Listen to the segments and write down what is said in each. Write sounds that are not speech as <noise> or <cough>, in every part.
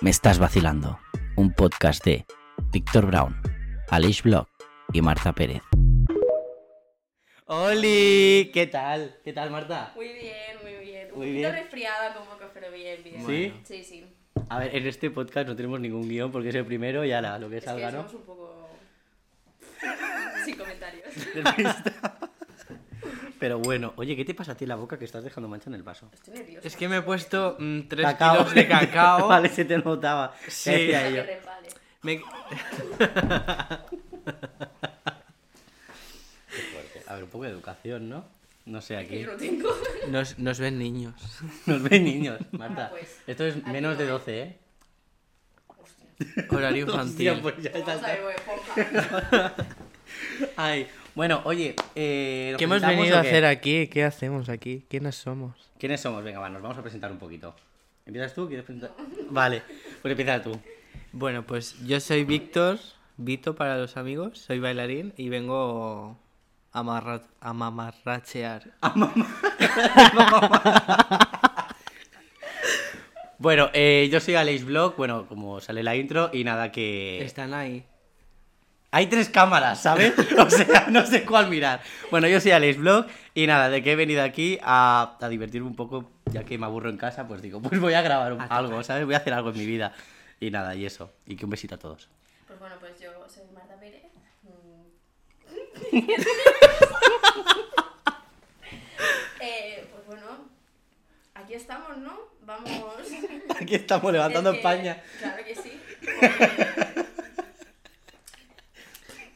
Me estás vacilando. Un podcast de Víctor Brown, Alish Blog y Marta Pérez. ¡Oli! ¿Qué tal? ¿Qué tal, Marta? Muy bien, muy bien. Un Muy poquito bien. resfriada con poco, pero bien, bien. ¿Sí? Sí, sí. A ver, en este podcast no tenemos ningún guión porque es el primero y ahora lo que Es que salga, ¿no? somos un poco... <laughs> Sin comentarios. Pero bueno, oye, ¿qué te pasa a ti en la boca que estás dejando mancha en el vaso? Estoy nerviosa. <laughs> Es que me he puesto 3 kilos de <laughs> <laughs> cacao. vale, se te notaba. Sí. Decía Para yo. que resbale. Me- A ver, un poco de educación, ¿no? No sé, Que aquí yo no tengo. Nos, nos ven <laughs> niños. nos ven niños, Marta. Ah, pues, Esto es aquí menos no de hay. 12, ¿eh? Horario infantil. Hostia, pues <laughs> ya Vamos está. a ver, Esponja. Ay, bueno, oye, eh, ¿nos ¿Qué hemos presentamos venido o a qué? hacer aquí? ¿Qué hacemos aquí? ¿Quiénes somos? ¿Quiénes somos? Venga, va, nos vamos a presentar un poquito. ¿Empiezas tú? ¿Quieres presentar? <laughs> Vale, pues empieza tú. Bueno, pues yo soy Víctor, Vito para los amigos, soy bailarín y vengo a, marra- a mamarrachear. Bueno, eh, yo soy Alex Blog, bueno, como sale la intro, y nada que... Están ahí. Hay tres cámaras, ¿sabes? <laughs> O sea, no sé cuál mirar. Bueno, yo soy Alex Blog y nada, de que he venido aquí a, a divertirme un poco, ya que me aburro en casa, pues digo, pues voy a grabar un- algo, ¿sabes? Voy a hacer algo en mi vida. Y nada, y eso. Y que un besito a todos. Pues bueno, pues yo soy Marta Pérez. Mm. <laughs> eh, pues bueno, aquí estamos, ¿no? Vamos... <laughs> Aquí estamos levantando <laughs> Es que- España. Claro que sí.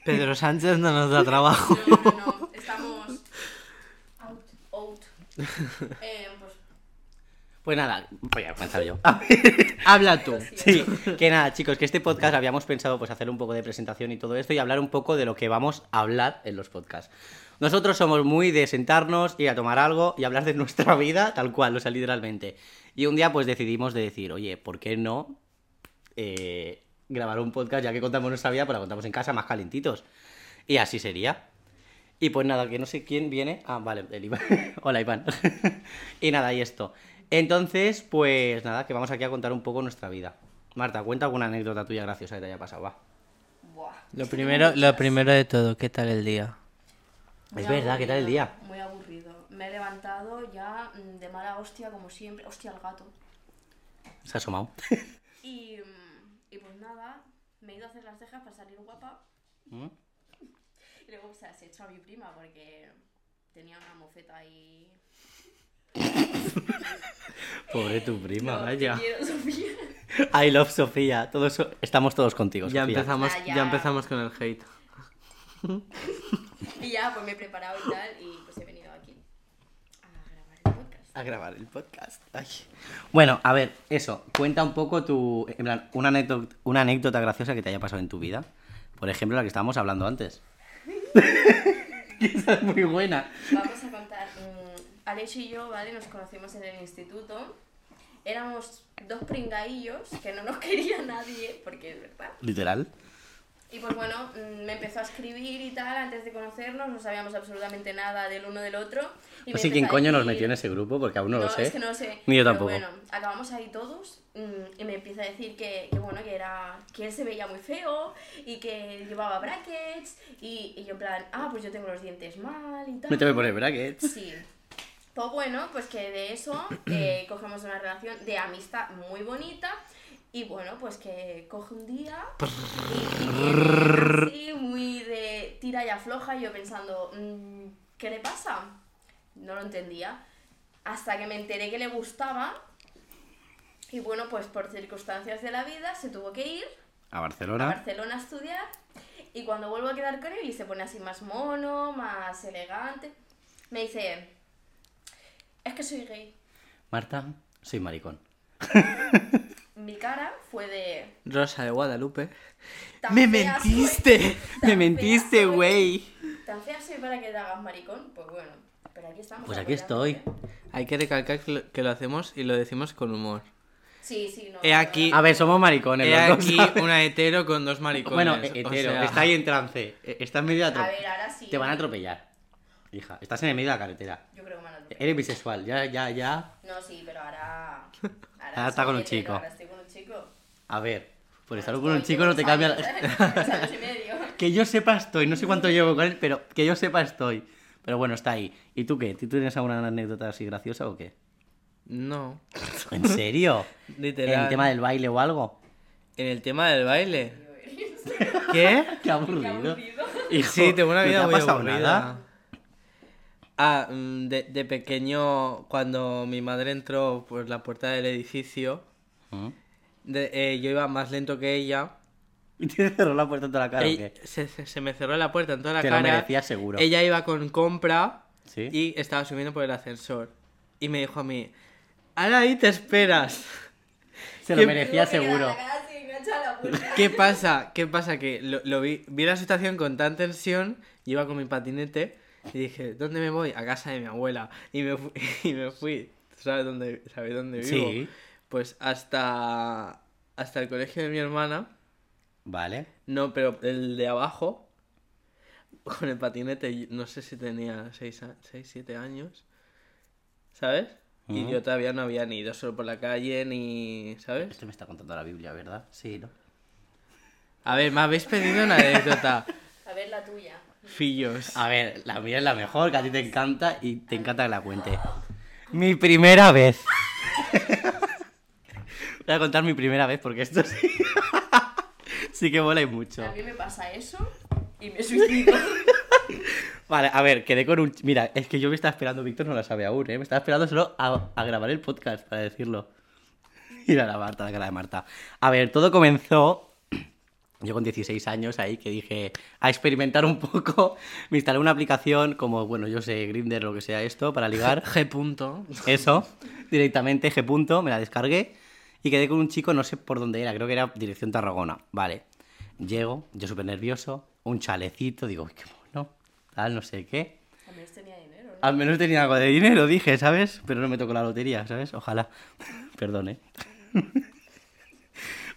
Pedro Sánchez no nos da trabajo. No, no, no, estamos out. <laughs> out. Eh, pues, Pues nada, voy a comenzar yo. Habla tú. <laughs> Sí, que nada, chicos, que este podcast habíamos pensado pues hacer un poco de presentación y todo esto y hablar un poco de lo que vamos a hablar en los podcasts. Nosotros somos muy de sentarnos, ir a tomar algo y hablar de nuestra <laughs> vida tal cual, o sea, literalmente. Y un día pues decidimos de decir, oye, ¿por qué no eh, grabar un podcast ya que contamos nuestra vida, pues la contamos en casa más calentitos? Y así sería. Y pues nada, que no sé quién viene. Ah, vale, el Iván. <laughs> Hola, Iván. y nada, y esto. Entonces, pues nada, que vamos aquí a contar un poco nuestra vida. Marta, cuenta alguna anécdota tuya graciosa que te haya pasado, va. buah. Lo primero, lo primero de todo, ¿qué tal el día? Muy Es verdad, ¿qué tal el aburrido, día? Muy aburrido. Me he levantado ya mm, de mala hostia, como siempre. Hostia, el gato. Se ha asomado. Y, mm, y pues nada, me he ido a hacer las cejas para salir guapa. ¿Mm? Y luego se las he hecho a mi prima porque tenía una mofeta ahí. <laughs> Pobre tu prima, No, te vaya. quiero, <laughs> Sofía. I love Sofía. Todos, estamos todos contigo, Ya Sofía. empezamos, Ah, ya. ya empezamos con el hate. Y ya, pues me he preparado y tal. Y pues he venido aquí a grabar el podcast. A grabar el podcast. Ay. Bueno, a ver, eso. Cuenta un poco tu. En plan, una anécdota, una anécdota graciosa que te haya pasado en tu vida. Por ejemplo, la que estábamos hablando antes. <laughs> Esa es muy buena. Vamos a contar. mm, Alex y yo, ¿vale? Nos conocimos en el instituto. Éramos dos pringaillos que no nos <laughs> quería nadie, porque es verdad. Literal. Y pues bueno, mm, me empezó a escribir y tal antes de conocernos, no sabíamos absolutamente nada del uno del otro. Y No me sé quién empezó a coño nos decir- metió en ese grupo, porque aún no, lo sé. es que no lo sé. Ni yo Pero tampoco. bueno, acabamos ahí todos mm, y me empieza a decir que, que bueno, que era que él se veía muy feo y que llevaba brackets y, y yo en plan, ah, pues yo tengo los dientes mal y tal. Me tengo que poner brackets. <laughs> Sí. Pues bueno, pues que de eso eh, cogemos una relación de amistad muy bonita. Y bueno, pues que coge un día y, y así, muy de tira y afloja. Y yo pensando, mm, ¿qué le pasa? No lo entendía. Hasta que me enteré que le gustaba. Y bueno, pues por circunstancias de la vida se tuvo que ir A a Barcelona. Barcelona a estudiar. Y cuando vuelvo a quedar con él y se pone así más mono, más elegante, me dice, es que soy gay. Marta, soy maricón. Mi cara fue de... Rosa de Guadalupe. "Tan ¡Me fea soy, mentiste! tan ¡Me fea mentiste, soy, güey! Tan fea soy para que te hagas maricón. Pues bueno, pero aquí estamos. Pues aquí estoy. apoyándote. Hay que recalcar que lo, que lo hacemos y lo decimos con humor. Sí, sí, no. He no, aquí- no. A ver, somos maricones. He los dos, <laughs> aquí ¿sabes? una hetero con dos maricones. Bueno, o eh, hetero. sea, Está ahí en trance. Eh, Estás en medio de A atro- ver, ahora sí. Te van a atropellar. Hija, estás en el medio de la carretera. Yo creo que me han atropellado. Eres bisexual, ya, ya, ya. No, sí, pero ahora... <laughs> Ahora está con soy un hetero, chico. Ahora estoy con un chico. A ver, por estar con Estoy un chico no te llevo cambia. dos la- años, <laughs> dos años y medio. <laughs> que yo sepa estoy, no sé cuánto llevo con él, pero que yo sepa estoy. Pero bueno, está ahí. ¿Y tú qué? ¿Tú tienes alguna anécdota así graciosa o qué? <laughs> No. ¿En serio? Literal. ¿El tema del baile o algo? En el tema del baile. ¿Qué? <laughs> Qué aburrido. aburrido. Hijo, Sí, tengo una ¿no vida te ha muy pasado aburrida. nada? Ah, mm, de, de pequeño, cuando mi madre entró por la puerta del edificio, ¿Mm? de- eh, yo iba más lento que ella. ¿Y te cerró la puerta en toda la cara o Ella- qué? se, se- se me cerró la puerta en toda la Te lo cara. merecías seguro. Ella iba con compra ¿Sí? y estaba subiendo por el ascensor. Y me dijo a mí, ahora ahí te esperas. Se lo ¿Qué- merecía Tengo que quedar seguro. la cara así enganchada a la puerta. ¿Qué pasa? ¿Qué pasa? Que lo, lo vi, vi la situación con tan tensión, yo iba con mi patinete y dije, ¿dónde me voy? A casa de mi abuela. Y me, fu- <laughs> y me fui, ¿Tú ¿sabes dónde, sabes dónde vivo? Sí. Pues hasta, hasta el colegio de mi hermana, Vale. no, pero el de abajo, <laughs> con el patinete, y no sé si tenía 6, 7 años, ¿sabes? Y Ujú. yo todavía no había ni ido solo por la calle, ni, ¿sabes? Esto Este me está contando la Biblia, ¿verdad? Sí, ¿no? A ver, me habéis pedido <laughs> una anécdota. A ver la tuya. Fillos. A ver, la mía es la mejor, que a ti te encanta y te encanta que la cuente. <laughs> Mi primera vez. <laughs> Voy a contar mi primera vez porque esto sí, <laughs> sí que mola y mucho. A mí me pasa eso y me suicido. Vale, a ver, quedé con un... ch- Mira, es que yo me estaba esperando, Víctor no la sabe aún, ¿eh? Me estaba esperando solo a, a grabar el podcast, para decirlo. <laughs> Mira la Marta, la cara de Marta. A ver, todo comenzó... <clears throat> Yo con 16 años ahí que dije a experimentar un poco, <laughs> me instalé una aplicación como, bueno, yo sé, Grinder, lo que sea esto, para ligar. G punto. Eso, directamente G. Punto, me la descargué y quedé con un chico, no sé por dónde era, creo que era dirección Tarragona. Vale, llego, yo súper nervioso, un chalecito, digo, uy, qué mono, tal, no sé qué. Al menos este tenía dinero, ¿no? Al menos tenía algo de dinero, dije, ¿sabes? Pero no me tocó la lotería, ¿sabes? Ojalá. <laughs> Perdón, ¿eh? <laughs>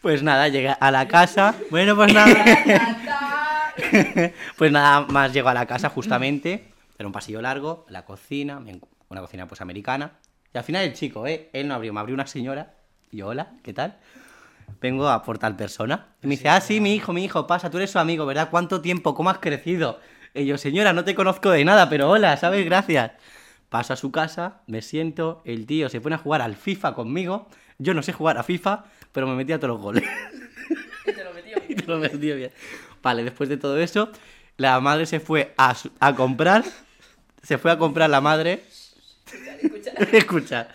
Pues nada, llegué a la casa. Bueno, pues nada. <laughs> Ta, ta. pues nada más llego a la casa justamente, era un pasillo largo, la cocina, me encu- una cocina pues americana. Y al final el chico, ¿eh? Él no abrió, me abrió una señora. Y yo, hola, ¿qué tal? Vengo a por tal persona. Y me dice, ah, sí, mi hijo, mi hijo, pasa, tú eres su amigo, ¿verdad? ¿Cuánto tiempo? ¿Cómo has crecido? Y yo, señora, no te conozco de nada, pero hola, ¿sabes? Gracias. Paso a su casa, me siento, el tío se pone a jugar al FIFA conmigo. Yo no sé jugar a FIFA, pero me metí a todos los goles. Y te lo metió. <laughs> Y te lo vendió bien. Vale, después de todo eso, la madre se fue a, su- a comprar. Se fue a comprar la madre. <laughs> Escucha, escucha. Escucha.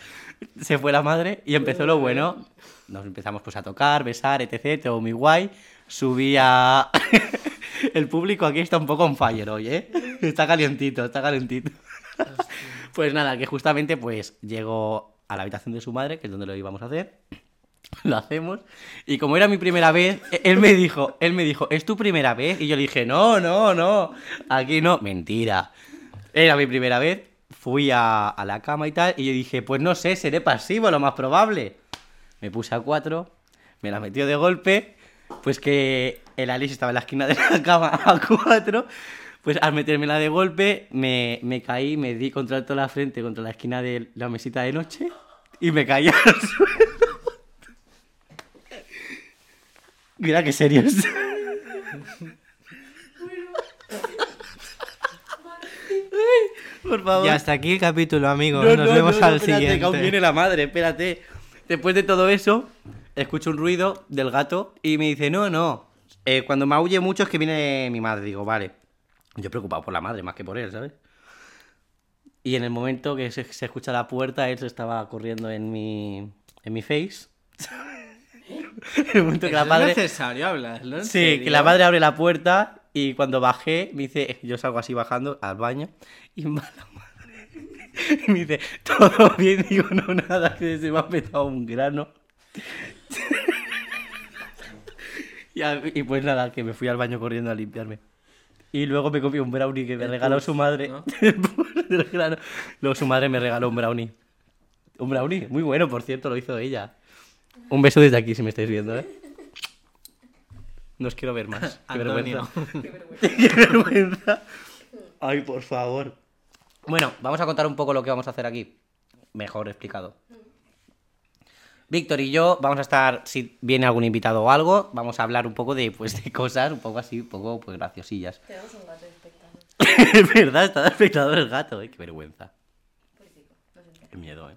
Se fue la madre y empezó lo bueno. Nos empezamos pues a tocar, besar, etc. Todo muy guay. Subí a... <laughs> El público aquí está un poco on fire hoy, ¿eh? Está calientito, está calientito. Pues nada, que justamente pues llegó a la habitación de su madre, que es donde lo íbamos a hacer <laughs> lo hacemos. Y como era mi primera vez, e-, él me dijo, él me dijo, ¿es tu primera vez? Y yo le dije, no, no, no, aquí no. Mentira. Era mi primera vez, fui a, a la cama y tal, y yo dije, pues no sé, seré pasivo, lo más probable. Me puse a cuatro, me la metió de golpe, pues que el Alice estaba en la esquina de la cama <laughs> a cuatro, pues al metérmela de golpe me, me caí, me di contra toda la frente, contra la esquina de la mesita de noche, y me caí al suelo. Mira qué serio es. Por favor. Y hasta aquí el capítulo, amigos. No, Nos no, vemos no, no, al espérate, que aún siguiente. viene la madre, espérate. Después de todo eso, escucho un ruido del gato y me dice, no, no. eh, cuando me huye mucho es que viene mi madre. Digo, vale. Yo preocupado por la madre más que por él, ¿sabes? Y en el momento que se, se escucha la puerta, él se estaba corriendo en mi, en mi face. <laughs> en el momento que la Eso madre... Es necesario hablarlo. ¿en Sí, serio? que la madre abre la puerta y cuando bajé me dice, yo salgo así bajando al baño y <laughs> va la madre. Y me dice, todo bien, <laughs> digo, no, nada, que se me ha petado un grano. <laughs> Y, a- y pues nada, que me fui al baño corriendo a limpiarme. Y luego me copié un brownie que me El regaló puff, su madre. ¿no? <laughs> El puff del grano. Luego su madre me regaló un brownie. Un brownie, muy bueno, por cierto, lo hizo ella. Un beso desde aquí, si me estáis viendo, ¿eh? No os quiero ver <laughs> más. Qué vergüenza. Antonio. Qué vergüenza. <laughs> Qué vergüenza. Ay, por favor. Bueno, vamos a contar un poco lo que vamos a hacer aquí. Mejor explicado. Víctor y yo vamos a estar, si viene algún invitado o algo, vamos a hablar un poco de, pues, de cosas un poco así, un poco pues, graciosillas. <laughs> Tenemos un gato de espectador. es verdad, está de espectador el gato, ¿eh? Qué vergüenza. Pobrecito, no se entera. Qué miedo, ¿eh?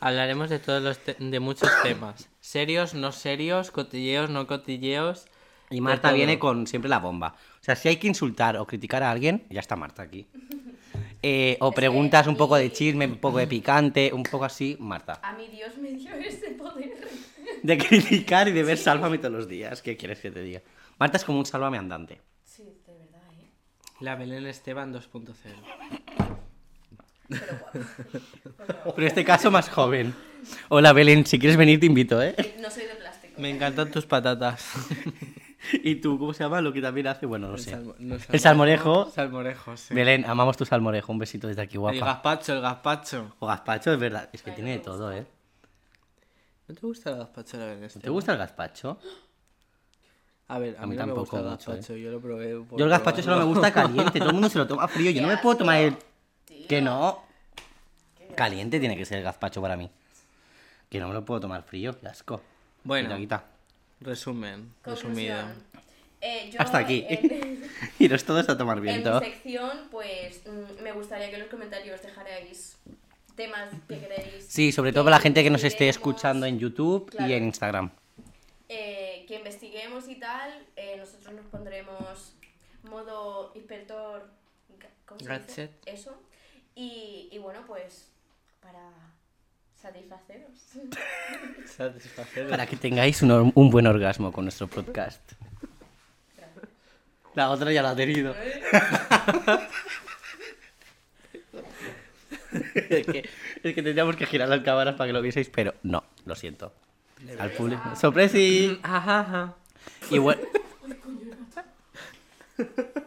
Hablaremos de todos los te- de muchos temas. Serios, no serios, cotilleos, no cotilleos. Y de Marta todo. viene con siempre la bomba. O sea, si hay que insultar o criticar a alguien, ya está Marta aquí. Eh, o Es que preguntas un poco <laughs> de aquí- chisme, un poco de picante, un poco así, Marta. A mi Dios me dio ese poder. <laughs> De criticar y de ver Sálvame todos los días. ¿Qué quieres que te diga? Marta es como un Sálvame andante. Sí, de verdad, ¿eh? La Belén Esteban 2.0. Pero guapo. Pero en este caso más joven. Hola Belén, si quieres venir te invito, ¿eh? No soy de plástico. Me encantan tus patatas. <laughs> ¿Y tú cómo se llama? Lo que también hace, bueno, no El sé. salmo- no, El salmorejo. Salmorejo, sí. Belén, amamos tu salmorejo. Un besito desde aquí, El guapa. gazpacho, el gazpacho. O gazpacho, es verdad. Es que Ay, no tiene de me todo, ¿eh? ¿No te gusta el gazpacho de la Belén Esteban? ¿Te gusta el gazpacho? A ver, a, A mí mí, no tampoco me gusta el mucho, gazpacho. Yo lo probé. por Yo el gazpacho solo me probarlo. gusta caliente, todo el mundo se lo toma frío, yo no me puedo tomar el... Tío, Que no. Caliente tiene que ser el gazpacho para mí. Que no me lo puedo tomar frío, qué asco. Bueno. Quita, quita. Resumen, resumido. Conclusión. Eh, yo Hasta aquí. <laughs> En, Iros todos a tomar en viento. mi sección, pues mm, me gustaría que en los comentarios dejarais temas que queréis. Sí, sobre todo que para la gente que nos esté investiguemos, escuchando en YouTube y Claro. en Instagram. eh, que investiguemos y tal. eh, nosotros nos pondremos modo inspector. ga- ¿Cómo se dice? Gadget. Eso. Y, y bueno, pues para satisfaceros. <laughs> Satisfacer. Para que tengáis un, or- un buen orgasmo con nuestro podcast. La otra ya la ha tenido. <laughs> es, que, es que tendríamos que girar las cámaras para que lo vieseis, pero no, lo siento. Al público. <laughs> ¡Sorpresi! Ajá, ajá. Y bueno.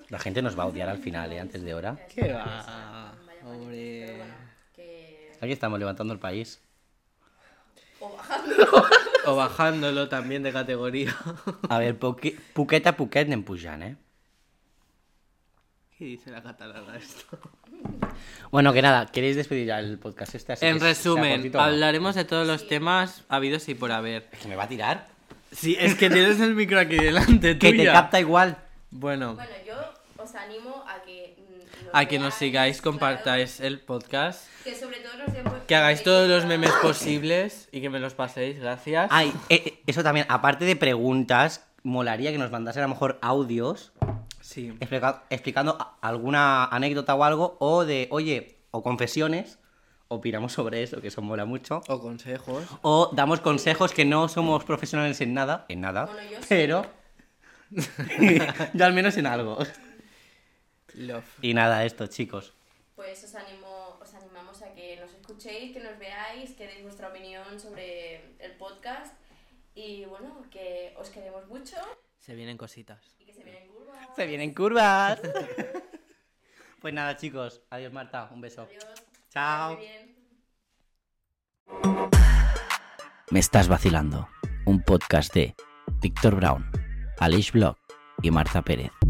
La gente nos va a odiar al final, ¿eh? Antes de hora. ¿Qué va? Vaya coño. Pero Hombre. bueno, que. Aquí estamos levantando el país. O bajando. O bajándolo también de categoría. <laughs> A ver, poqui- Puquet a Puquet en Pujan, ¿eh? ¿Qué dice la catalana esto? Bueno, que nada, ¿queréis despedir ya el podcast este? Así En que sea resumen, cortito o no? hablaremos de todos los temas habidos y por haber. Es que me va a tirar. Sí, es que tienes el micro aquí delante, Que te capta igual. Bueno, Bueno, yo os animo a que. mm, a que nos veáis, sigáis, claro, compartáis el podcast, que sobre todo los tiempos. que hagáis todos los memes posibles y que me los paséis, gracias. Ay, eh, eh, eso también, aparte de preguntas, molaría que nos mandasen a lo mejor audios Sí. explica- explicando a- alguna anécdota o algo, o de, oye, o confesiones, opinamos sobre eso, que eso mola mucho. O consejos. O damos consejos que no somos profesionales en nada, en nada, Bueno, yo sí. pero <laughs> yo al menos en algo. Love. Y nada, esto, chicos. Pues os, animo, os animamos a que nos escuchéis, que nos veáis, que deis vuestra opinión sobre el podcast. Y bueno, que os queremos mucho Se vienen cositas. y que se vienen curvas. Se vienen curvas. <laughs> pues nada, chicos. Adiós, Marta. Un beso. Adiós. Chao. Muy bien. Me estás vacilando. Un podcast de Víctor Brown, Alice Block y Marta Pérez.